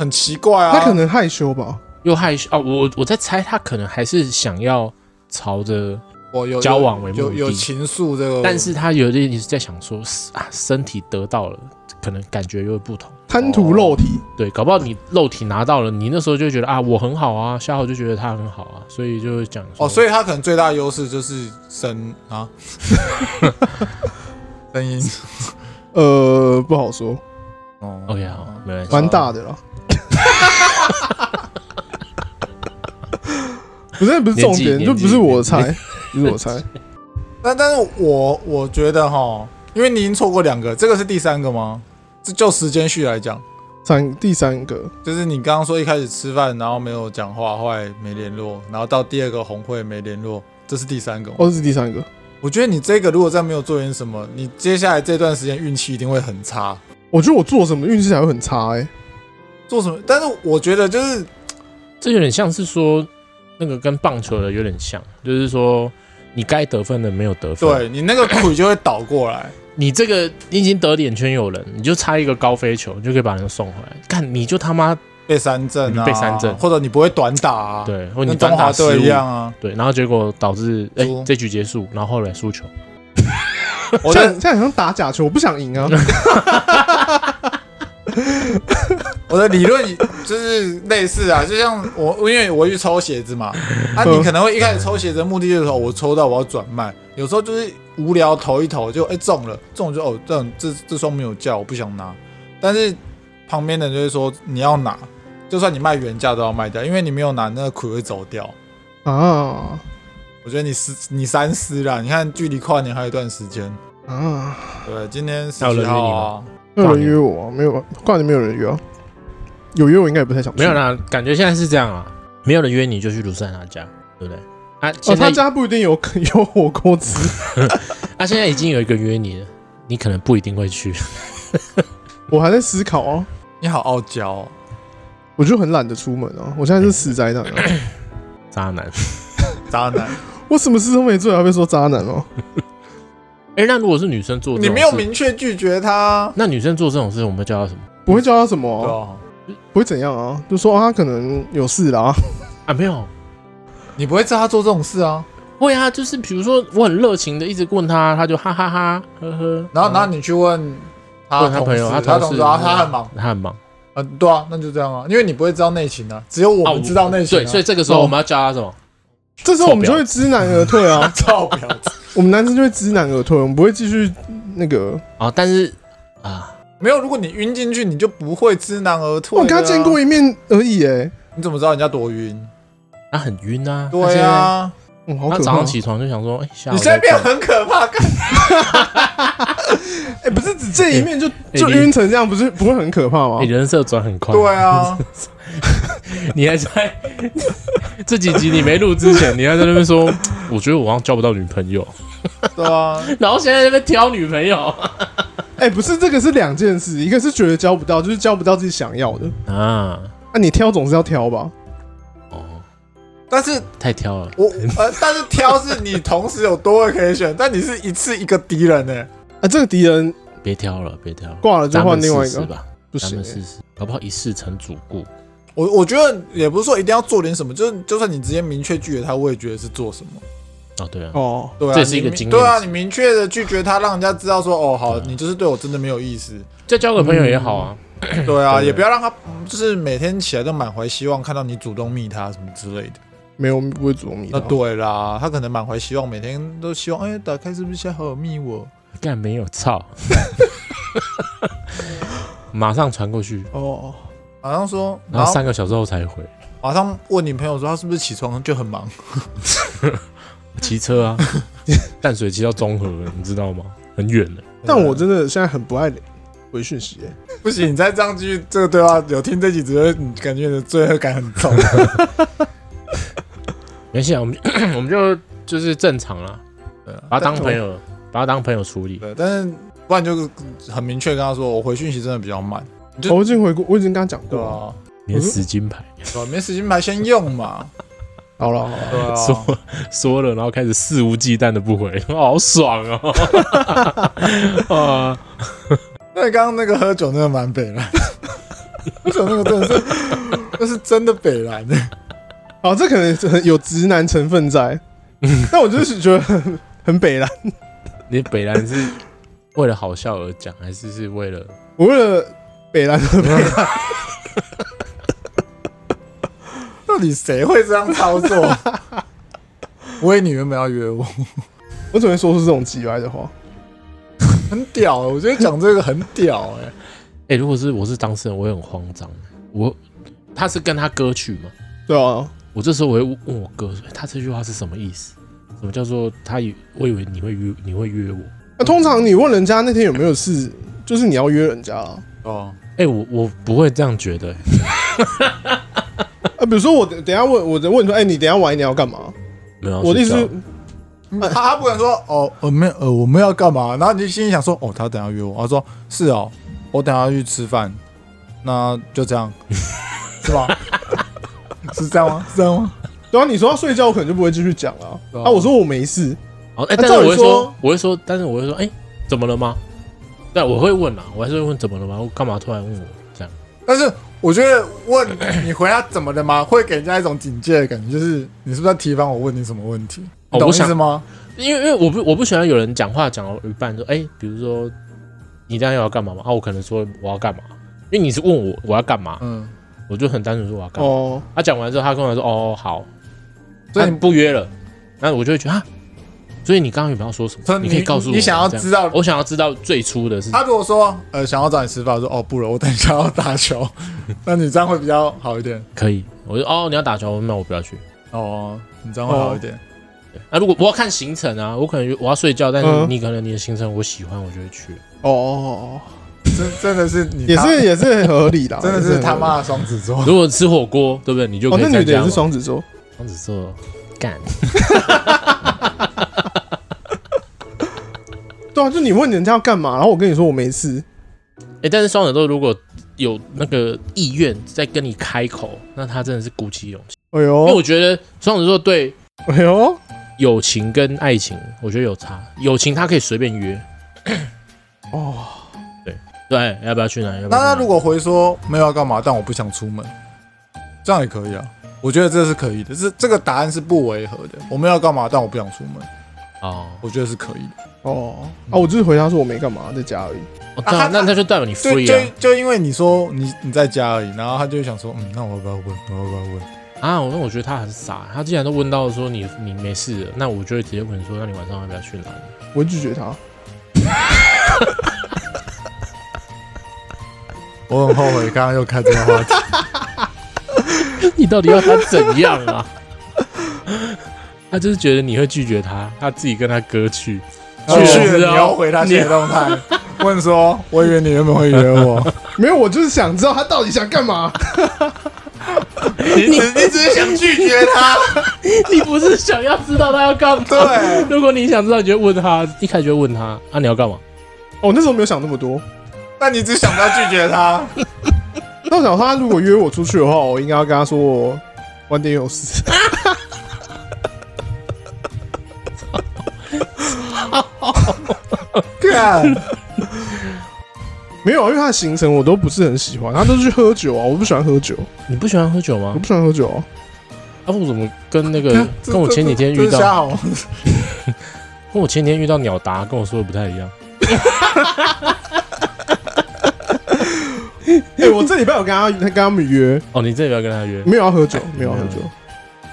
很奇怪啊。
他可能害羞吧，
又害羞啊，我我在猜她可能还是想要朝着，
我有有
交往为目的
有有情愫这个，
但是她有点也是在想说啊，身体得到了，可能感觉又不同。
贪
哦
图肉体，
对，搞不好你肉体拿到了，你那时候就觉得啊，我很好啊，夏侯就觉得他很好啊，所以就讲说
哦，所以她可能最大的优势就是声啊， 声音
呃，不好说，
哦
OK 好，没关系。
蛮大的啦。 不是不是重点，
年纪
就不是我猜
年，
不是我 猜，
但但是我我觉得哈，因为你已经错过两个，这个是第三个吗？这就时间序来讲，
三第三个
就是你刚刚说一开始吃饭，然后没有讲话，后来没联络，然后到第二个红会没联络，这是第三个吗。
哦这是第三个，
我觉得你这个如果再没有做点什么，你接下来这段时间运气一定会很差。
我觉得我做什么运气才会很差哎，
做什么？但是我觉得就是
这有点像是说那个跟棒球的有点像，就是说你该得分的没有得分，，
对你那个苦就会倒过来。
你这个你已经得点圈有人，你就差一个高飞球，你就可以把人送回来。看，你就他妈
被三振啊，
嗯被三振
或者你不会短打啊，，
对，或者
跟
你
中
单
华
打失
队
误
一，样啊。
对，然后结果导致哎、
输
这局结束，然后后来输球，
我
现在
在
现在好像打假球，我不想赢 啊，
我的理论就是类似啊，就像我因为我去抽鞋子嘛，啊，
嗯
你可能会一开始抽鞋子的目的就是说我抽到我要转卖，有时候就是无聊投一投就哎、中了，中了就哦这种这这双没有叫，我不想拿，但是旁边的人就会说你要拿，就算你卖原价都要卖掉，因为你没有拿那个苦会走掉。
啊
我觉得你思你三思啦，你看距离跨年还有一段时间，
啊，
对，今天十
还有
几
人约
号
你
啊，
没有人约我啊，没有，挂年没有人约啊，有约我应该也不太想去，哦
没有啦，感觉现在是这样啊，没有人约你就去卢珊他家，对不对？啊，
哦，
现在、
他家不一定有 有火锅吃，
啊，现在已经有一个约你了，你可能不一定会去。
我还在思考啊，
你好傲娇、哦，
我就很懒得出门啊，我现在是死宅男 啊，
渣男。
渣男，
我什么事都没做，还被说渣男哦，
哎、那如果是女生做，
你没有，明确拒绝他，
那女生做这种事，我们会叫她什么
不会教他什么
哦
对
啊、
啊。
不会怎样啊，就说啊他可能有事 啦，
啊？没有，
你不会知道他做这种事啊？
会啊，就是比如说我很热情的一直问她，她就哈哈哈呵呵。
然后，然后你去问他
嗯问她
同
朋
事
友，，她
他
同事，嗯
然后他很忙，，
她很忙。
啊，对啊，那就这样啊，因为你不会知道内情啊，只有我们知道内情啊。
对， 所以这个时候
哦
我们要教她什么？
这时候我们就会知难而退啊，
臭婊子，
我们男生就会知难而退，我们不会继续那个。
啊，但是啊，
没有，如果你晕进去，你就不会知难而退。啊
我跟他见过，一面而已、欸，
你怎么知道人家多晕？
她很晕啊。
对啊，
哎，好
她现在，她
可
早
怕
上！起床就想说，哎、下午
你现
再
在变
看
很可怕，干
哎、不是只见一面就、
欸
就
你
晕成这样，不是不会很可怕吗
你？哎人设转很快，
对啊，
你还在 这几集你没录之前，你还在那边说， 我觉得我好像交不到女朋友，
对啊，
然后现在在那边挑女朋友
哎、不是这个是两件事，一个是觉得交不到，就是交不到自己想要的。
啊，
那、你挑总是要挑吧？
哦，
但是
太挑了。
我呃，但是挑是你同时有多个可以选，但你是一次一个敌人欸呢、
啊，这个敌人
别挑了，别挑了，
挂了就
咱
换
们
另外
试
一
试
个，
吧，
不
咱
行、
们
欸
试试，搞不好一试成主顾。
我我觉得也不是说一定要做点什么，就是就算你直接明确拒绝他，我也觉得是做什么。
哦，对啊，
哦。
对啊，
这也是一
你
个
明
经验嗯
对啊，你明确的拒绝他，让人家知道说，哦，好，你就是对我真的没有 意思。
再交个朋友也好啊。
对啊，
对
也不要让他嗯就是每天起来都满怀希望看到你主动密他什么之类的。
没有，我们不会主动迷啊
那
他。
对啦，他可能满怀希望，每天都希望，哎，打开是不是现在还有密我？
嗯
干没有 操，马上传过去，
哦，
马上说，
然
然
后
后
三个小时后才回。
马上问你朋友说他是不是起床就很 忙？
骑车 啊，淡水骑到中和，你知道吗？很远的。
但我真的现在很不爱回讯息、欸，
啊不行，你再这样继续这个 嗯对话，有听这几集，你感觉你的罪恶感很重。
没没事啊，我们 我们就就是正常啦，
对啊
把他当朋。友，把他当朋友
嗯
处理。
但对，但是不然就是很明确跟他说，我回讯息真的比较慢，就
哦我已经回过，我已经跟他讲
对
过了。
啊，
你的死金牌
对啊没时间买先用嘛，
好了好了，
对啊，
说说了，然后开始肆无忌惮的不回， 好爽哦！ 啊，
那刚刚那个喝酒那个蛮北蓝，喝酒那个真的是，那是真的北蓝的。
好，这可能是很有直男成分在，但我就是觉得很很北啦。
你北兰是为了好笑而讲，还是是为了
我为了北兰的北兰，
到底谁会这样操作？我以为你原本要约我，
我怎么会说出这种奇怪的话？
很屌、欸，我觉得讲这个很屌哎、
哎、如果是我是当事人，我会很慌张。我他是跟他哥去嘛，
对啊，
我这时候我会问我哥说，欸他这句话是什么意思？什么叫做他以？我以为你会约，你会约我。
那通常你问人家那天有没有事，就是你要约人家啊。
哦，
哎、我我不会这样觉得、哎
啊，比如说我等等一下问，我问说，哎、你等一下晚一点要干
哦
嘛？
没有，
我的意思是，
嗯他他不敢说哦，我没有呃我们要干嘛？然后你就心里想说哦，他等下约我，他说是哦，我等下去吃饭，那就这样，是吧？是这样吗？是这样吗？
对啊，你说要睡觉，我可能就不会继续讲了。
对啊
啊，我说我没事，
哦，哎、
啊
但是
照理
我会
说
说，我会说，但是我会说，哎、怎么了吗？对，我会问啊，我还是会问怎么了吗？我干嘛突然问我这样？
但是我觉得问你回答怎么的吗， 会给人家一种警戒的感觉，就是你是不是在提防我问你什么问题？
哦
你懂
我
意思
想
吗？
因为因为我不我不喜欢有人讲话讲到一半说，哎、比如说你这样要干嘛吗？啊，我可能说我要干嘛，因为你是问我我要干嘛，
嗯，
我就很单纯说我要干嘛。
哦，
他讲完之后，他跟我说：“哦，好，
所
所
以
以
你
不约了。”那我就会觉得啊，所以你刚刚有没有要说什
所以
么？你可以告诉我，
你想要
这样
知道
我想要知道最初的是
他如果说呃想要找你吃饭，我说哦不了，我等一下要打球， 那你这样会比较好一点
可以。我就哦，你要打球，那我不要去。
哦，你这样会好一点。
对那如果我要看行程啊，我可能我要睡觉，但是
嗯
你可能你的行程我喜欢，我就会去。
哦哦，哦
真真的是你
也
他
是也是很合理啦，
真的
也
是
很合
他
理。
妈的双 子座，
如果吃火锅，对不对？你就
哦
可，以
那
参加
女的也是
嘛
双子座，
双子座，干。
对啊，就你问人家要干嘛，然后我跟你说我没事，
哎，但是双子座如果有那个意愿在跟你开口，那他真的是鼓起勇气。
哎
因为
呦
我觉得双子座对
哎呦，
友情跟爱情，我觉得有差。友情他可以随便约，
哦，
对，要不要去哪里？要不要去
那
哪里
他如果回说没有要干嘛，但我不想出门，这样也可以啊。我觉得这是可以的，这这个答案是不违和的。我没有要干嘛，但我不想出门，
哦，
我觉得是可以的。
哦，啊，我就是回答说我没干嘛，在家而已。
哦对啊，那那就代表你
就
free
就就因为你说你你在家而已，然后他就会想说，嗯，那我要不要问？我要不要问？
啊啊！我那我觉得他很傻，他既然都问到说你你没事了，那我就会直接问你说，那你晚上要不要去哪里？
我会拒绝他。
我很后悔刚刚又开这个话 题。
你到底要他怎样啊？ 他就是觉得你会拒绝他，他自己跟他哥去，
去
去
了
了
你要回他写动态，问说，我以为你原本会约 我，
没有，我就是想知道他到底想干嘛。
你只你只是想拒绝他，
你不是想要知道他要干嘛？
对，
如果你想知道，你就问他，一开始就问他，啊，你要干嘛？
哦，那时候没有想那么多。
但你只想到拒绝 他，
那我想他如果约我出去的话，我应该要跟他说我晚点有事。
看，
没有啊，因为他的行程我都不是很喜欢，他都是去喝酒啊，我不喜欢喝酒，
你不喜欢喝酒吗
我？不喜欢喝酒、 啊。
啊，我怎么跟那个
这
跟我前几天遇
这这瞎
到，
好吗
跟我前几天遇到鸟达跟我说的不太一样。
哎、我这礼拜有跟他跟他们约，
哦，你这里不要跟他约，
没有要喝酒，没有要喝酒。
嗯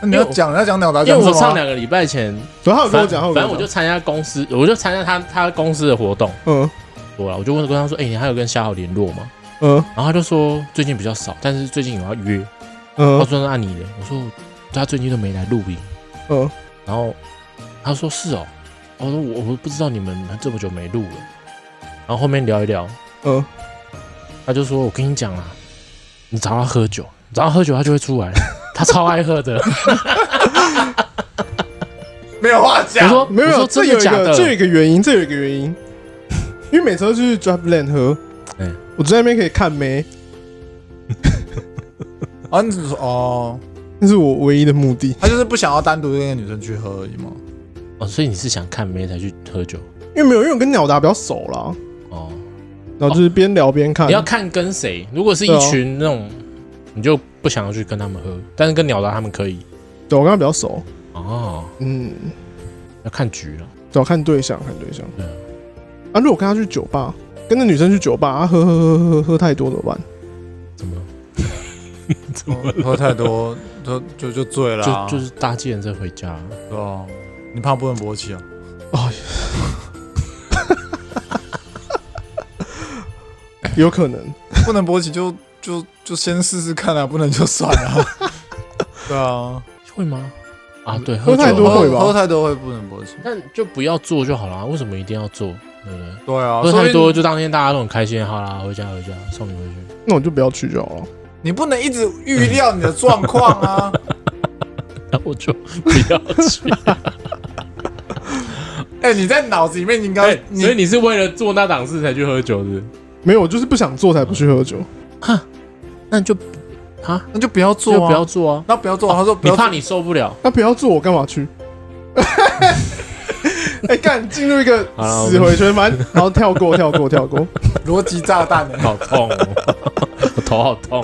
你要讲你要讲鸟达
因为
讲什
我上
么？
两个礼拜前，
所以他有啊跟我
反
讲，他有跟
正反正我
讲
就参加公司，我就参加他他公司的活动，
嗯
我啦，我就问跟他说，哎、你还有跟夏豪联络吗？
嗯
然后他就说最近比较少，但是最近有要约。他
嗯
说那你呢？我说他最近都没来录影。
嗯，
然后他说是哦，我说我我不知道你们这么久没录了。然后后面聊一聊，
嗯，
他就说我跟你讲啊， 你找他喝酒，你找他喝酒他就会出来，他超爱喝的。
没有话
我
讲。
说
没有没
我
有，
哦 说
这
真
有
的
一
假
个，这有一
的？
个原因，这有一个原因，因为每次都去 Drive Land 喝
嗯，
我在那边可以看梅，
啊，你只说哦，
那是我唯一的目的。
他就是不想要单独跟一个女生去喝而已 嘛。
哦，所以你是想看妹才去喝酒
因为没有，因为我跟鸟达比较熟啦，
哦？
嗯然后就是边聊边看。
你要看跟谁？如果是
对
一
哦
群那种，你就不想要去跟他们喝，但是跟鸟达他们可以
对，我跟他比较熟，
哦，
嗯，
要看局了。
对，看对象，看对象。
对啊
啊，如果跟他去酒吧，跟那女生去酒吧，啊、喝喝喝喝喝喝太多怎么办？
怎么了？怎么
哦喝喝太多，就就就醉了、啊，
就就是搭计程车回家？
对啊。你怕不能勃起啊？
哦，有可能。
不能勃起就就就先试试看啊，不能就算了、对啊，
会吗？啊，对，
喝
喝酒
太多
的话
会吧
喝太多会不能勃起。
但就不要做就好了，为什么一定要做？对不对？
对啊，
喝太
所
多
以
就当天大家都很开心，好啦，回家回家，送你回去。
那我就不要去就好了。
你不能一直预料你的状况啊。
然后 我就 不要去。
哎、你在脑子里面你应 该、
哎所以你是为了做那档事才去喝酒的？
没有，我就是不想做才不去喝酒。
那你就啊，
那就不要做
就
啊，
不要做啊。
那不要做、啊。他说不
你
要做
怕你受不了，
那、不要做，我干嘛去？ 哎、干进入一个
好啦我们
死回圈，反正然后跳过，跳过，跳过。
逻辑炸弹、 欸。
好痛、哦，我头好痛。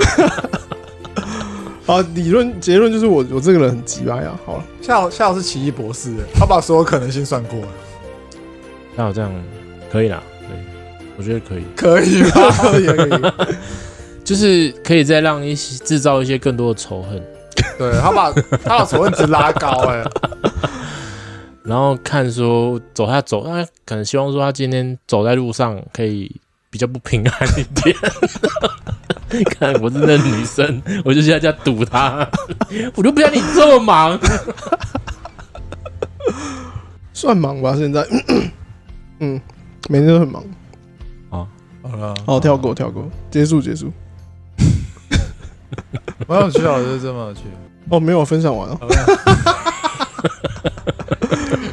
啊，理论结论就是我我这个人很急歪啊。好了，
夏夏夏老是奇异博士、欸，他把所有可能性算过了，
那我这样可以啦，可以，我觉得可以，
可 以吧？
可以可以。
就是可以再让一些制造一些更多的仇恨，
对他把他把仇恨值拉高、欸，哎，
然后看说走他走，他可能希望说他今天走在路上可以比较不平安一点。 看我是那女生，我就现在这样堵她，我就不像你这么忙。
算忙吧，现在，嗯，每天都很忙。
好了，
好，跳过，跳过，结束，结束。
蛮有趣的，我觉得真蛮有趣的。
哦，没有分享完啊，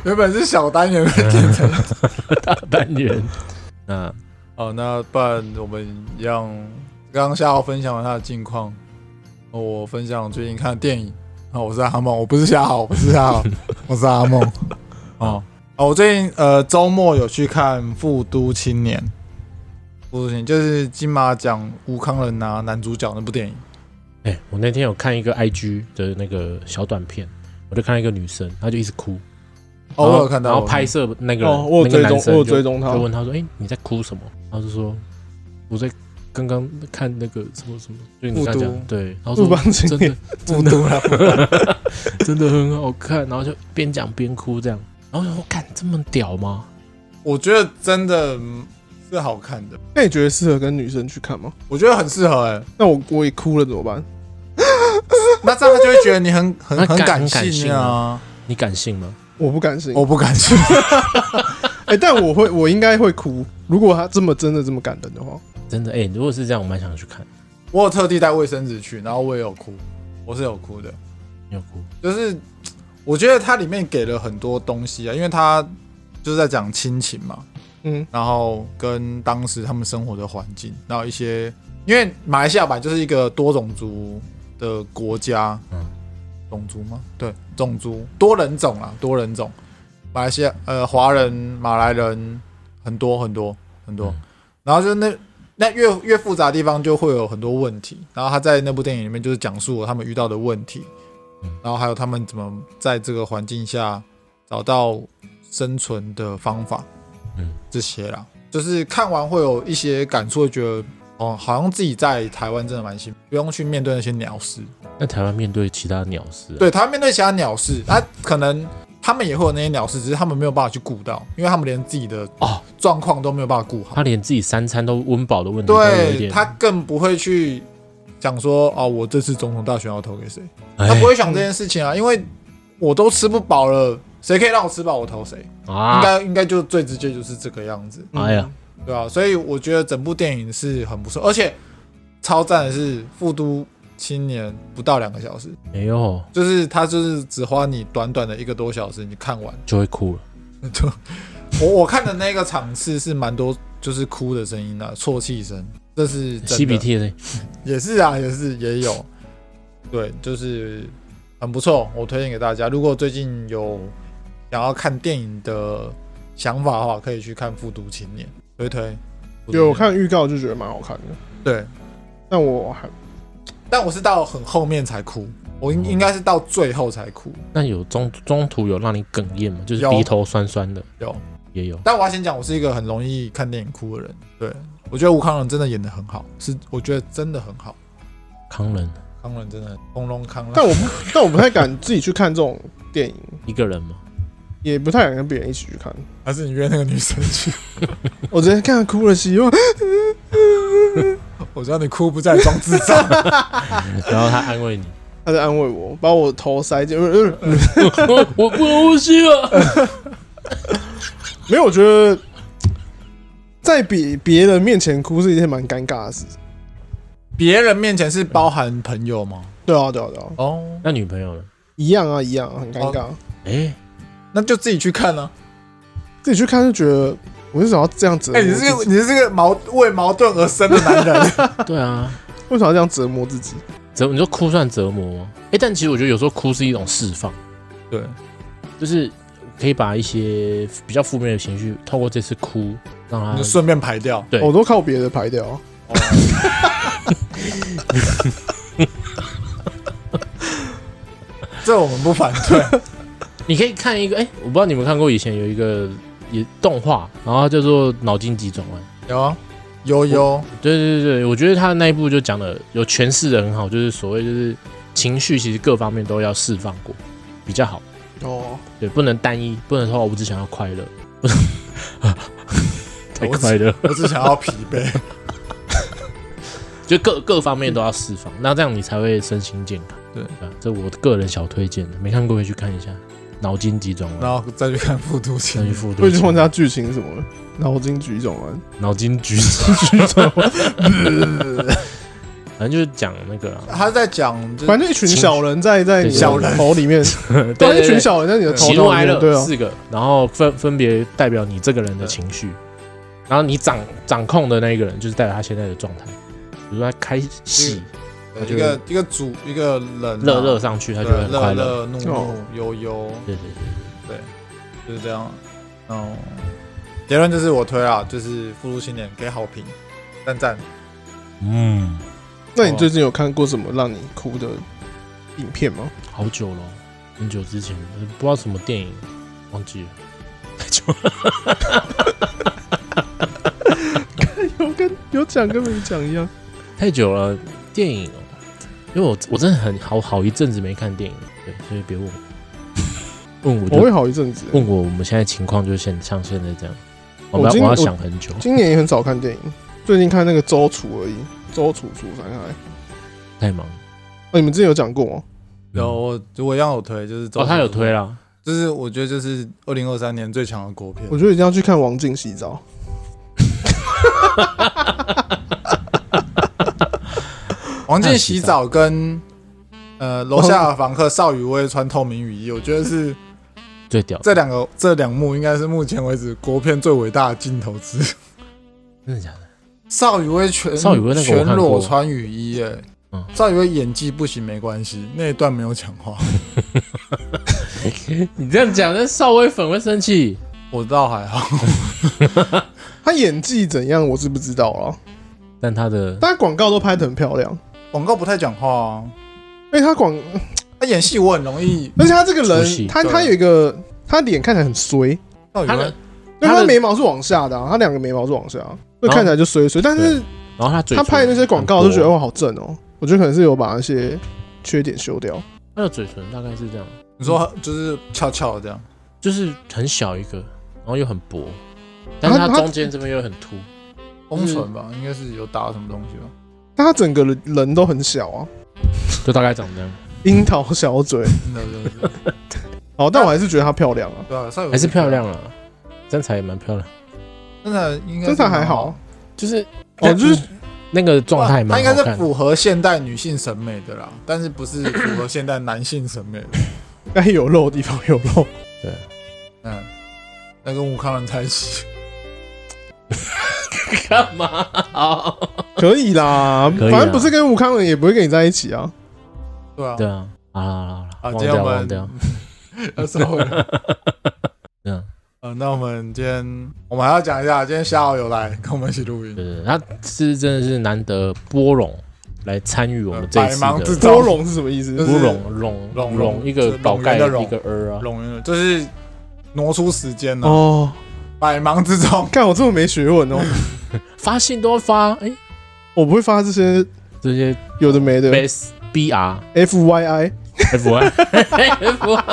原本是小单元会变成
大单元，那
好，那不然我们一样，刚刚夏豪分享了他的近况，那我分享最近看的电影。啊，我是阿梦，我不是夏豪，我不是 夏豪，我是阿梦。哦，哦，我最近呃周末有去看《复都青年》，《复都青年》就是金马奖吴康仁拿男主角那部电影。
哎、我那天有看一个 IG 的那个小短片，我就看到一个女生，她就一直哭。
哦，
然
我
后
有看到，
然后拍摄那个人，
哦我有
那个
追踪
男生
我有
就
追踪他
哦
就问他说：“哎、你在哭什么？”他就说：“我在刚刚看那个什么什么，就你刚才
复读
讲对。”然后
不
说
帮青
真
年
的
复都了，
真的很好看，然后就边讲边哭这样。然后我说：“干这么屌吗
我觉得真的嗯是好看的，
那你觉得适合跟女生去看吗？
我觉得很适合哎、
那我我也哭了怎么办？
那这样他就会觉得你很很
那
很
感
感
很感
性
性
啊
啊，？你敢信吗
我不甘心。
我不感性。
哎、但我会，我应该会哭。如果他这么真的这么感人的话，？”
真的哎、如果是这样，我蛮想去看。
我有特地带卫生纸去，然后我也有哭，我是有哭的。
你有哭？
就是我觉得它里面给了很多东西啊，因为它就是在讲亲情嘛，
嗯，
然后跟当时他们生活的环境，然后一些因为马来西亚吧就是一个多种族的国家，
嗯，
种族吗？对，种族多人种啦，多人种，马来西亚呃华人、马来人很多很多很多，
嗯
然后就那。那越越复杂的地方就会有很多问题，然后他在那部电影里面就是讲述了他们遇到的问题，
嗯
然后还有他们怎么在这个环境下找到生存的方法，
嗯，
这些啦，就是看完会有一些感触，会觉得哦，好像自己在台湾真的蛮幸福，不用去面对那些鸟事。
那台湾面对其他鸟事、啊，
对，台湾面对其他鸟事，那、可能他们也会有那些鸟事，只是他们没有办法去顾到，因为他们连自己的
哦
状况都没有办法顾好。
他连自己三餐都温饱的问题都有一
对
点，
他更不会去想说哦，我这次总统大选要投给谁，
哎
他不会想这件事情啊，因为我都吃不饱了，谁可以让我吃饱，我投谁。应
啊，
该应该就最直接就是这个样子，
嗯
哎呀，
对啊，所以我觉得整部电影是很不错，而且超赞的是《复都青年不到两个小时，
哎呦，
就是他就是只花你短短的一个多小时，你看完
就会哭了。
就我我看的那个场次是蛮多，就是哭的声音啊，啜泣声，这是真的
吸鼻涕的，
也是啊，也是也有，对，就是很不错，我推荐给大家。如果最近有想要看电影的想法的话，可以去看《复读青年》，推推。复读青
嗯
年
有我看预告就觉得蛮好看的，
对，
但我还
但我是到很后面才哭，我应
嗯
应该是到最后才哭。
那有中中途有让你哽咽吗？就是
有
鼻头酸酸的，
有，
也有。
但我要先讲，我是一个很容易看电影哭的人。对，我觉得吴康仁真的演的很好，是我觉得真的很好，
康人
康仁真的轰隆康仁。
但我不但我不太敢自己去看这种电影，
一个 人吗？
也不太敢跟别人一起去看。
还是你约那个女生去，
我直接看哭了希望，
我知道你哭不在装智障。
然后他安慰你，
他在安慰我，把我头塞进，呃呃
我我不能呼吸了。
没有，我觉得在别别人面前哭是一件蛮尴尬的事。
别人面前是包含朋友吗？
对啊，对啊，对啊，
哦，
那女朋友呢？
一样啊，一样、啊，很尴尬。
哎，
那就自己去看啊。
自己去看就觉得，我为什么要这样折磨
哎、你
自己？
是个你是个矛为矛盾而生的男人。
对啊，
为什么要这样折磨自己？
折你说哭算折磨吗？哎，但其实我觉得有时候哭是一种释放，
对，
就是可以把一些比较负面的情绪透过这次哭让
你
他
就顺便排掉。
对
哦我都靠别的排掉啊。
这我们不反对。
你可以看一个，哎、我不知道你们看过以前有一个也动画，然后它叫做《脑筋急转弯》。
有啊，有有，
对对对，我觉得他那一部就讲的有诠释的很好，就是所谓就是情绪其实各方面都要释放过比较好，
哦，
对，不能单一，不能说哦我只想要快乐，太快乐，
我只想要疲 惫。
就各各方面都要释放，那这样你才会身心健康。
对
啊，这我个人小推荐的，没看过可以去看一下《脑筋急转弯》，
然后再去看《复读
再
青
去
年》。
复
我
读
已经忘记他剧情是什么了。脑筋急转弯，
脑筋急急转弯，
呃
反正就是讲那个啊啦，
他在讲，就
反
是
正就一群小人在在你
小
的
人
头里面，
对
对，一
对
群
对
小人在你的头
喜怒
脑里
哀
面，
乐
对啊，
四个，然后分分别代表你这个人的情绪，然后你掌掌控的那一个人就是代表他现在的状态。比如说他开喜
呃一个一个主一个人啊
乐乐上去，他
对
就会很
乐
快乐。
乐怒
哦
怒悠悠，
对对对，
就是这样。嗯，结论就是我推啊，就是《复读青年》给好评，赞赞。
嗯，
那你最近有看过什么让你哭的影片吗？
好久了哦，很久之前，不知道什么电影，忘记了，太久了。
有哦 跟有讲跟没讲一样。
太久了，电影哦，因为我我真的很好好一阵子没看电影了，对，所以别 问我，问我
我
就
会好一阵子。
问我我们现在情况就是现像现在这样，我
我
们
今
要我要
我
想很久，
今年也很少看电影，最近看那个周楚而已，周楚楚三害。
太忙了。
哦，你们之前有讲过吗？
然后我我一样有推，就是周
哦，他有推啦，
就是我觉得就是二零二三年最强的国片
我，觉得一定要去看王静洗澡。
王健洗澡跟呃楼下的房客邵雨薇穿透明雨衣，我觉得是
最屌，
这两个这两幕应该是目前为止国片最伟大的镜头之一。
真的假的？
邵雨薇全
邵雨薇那个我看过
全裸穿雨衣、欸，
嗯
邵雨薇演技不行没关系，那一段没有讲话，
你这样讲，那少微粉会生气。
我倒还好。
她演技怎样，我是不知道啦。
但他的
但她广告都拍得很漂亮，
广告不太讲话啊，
因为她广，
他演戏我很容易。
而且她这个
出戏
人，她
对
她有一个，她脸看起来很衰，
邵雨
他
薇
的，
因为
她
她
的
眉毛是往下的、啊，她两个眉毛是往下，啊所以
哦
看起来就衰衰。但是
然后他嘴唇
她拍的那些广告，
很
就
薄
觉得哇好正哦、我觉得可能是有把那些缺点修掉。
他的嘴唇大概是这样，
你说
嗯
就是翘翘的这样，
就是很小一个，然后又很薄，但是他
他他
中间这边又很凸。
封唇
嗯
吧，应该是有打什么东西吧。
但她整个人人都很小 啊，
就大概长这样，
樱桃小嘴。
真的真的 真的
哦，但我还是觉得她漂亮啊。
对啊，邵雨薇
还是漂亮了，身材也蛮漂亮。
真的应该
身材还好，
就是
哦，就是
那个状态
他
蛮
应
好
该是
看的。
符合现代女性审美的啦，但是不是符合现代男性审 美的。
该有肉的地方有肉，
嗯，那跟吴康仁在一起，
干嘛？好
可以啦，
可以啊
反正不是跟吴康仁也不会跟你在一起啊。
对啊，
对啊，好了好了好
好，
了，忘
今天
掉
我
忘掉
们。 要收尾了。
嗯，
呃，那我们今天我们还要讲一下，今天夏友有来跟我们一起录音，
对对，对他是真的是难得波隆来参与我们这一
百
次
忙之
的
中
多龙是什么意思？
就是
波隆隆
龙
隆一个
就是
宝盖
龙
一
人的龙
个儿啊，
拢晕就是挪出时间了，
哦，
百忙之中，
看我这么没学问哦，
发信都要发，哎，
我不会发这些
这些
有的没的。
best B R
F Y I，
F Y F Y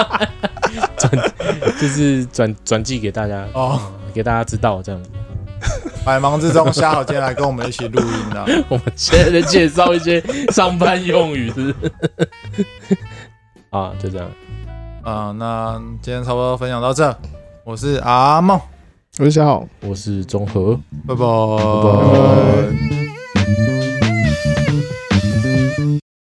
转就是转转寄给大家，
哦，
给大家知道 这样子。
百忙之中，夏友今天来跟我们一起录音的，
我们现在在介绍一些上班用语，是 不是啊，就这样。
啊、那今天差不多分享到这，我是阿梦，
我是小好。
我是综合。
拜
拜
拜
拜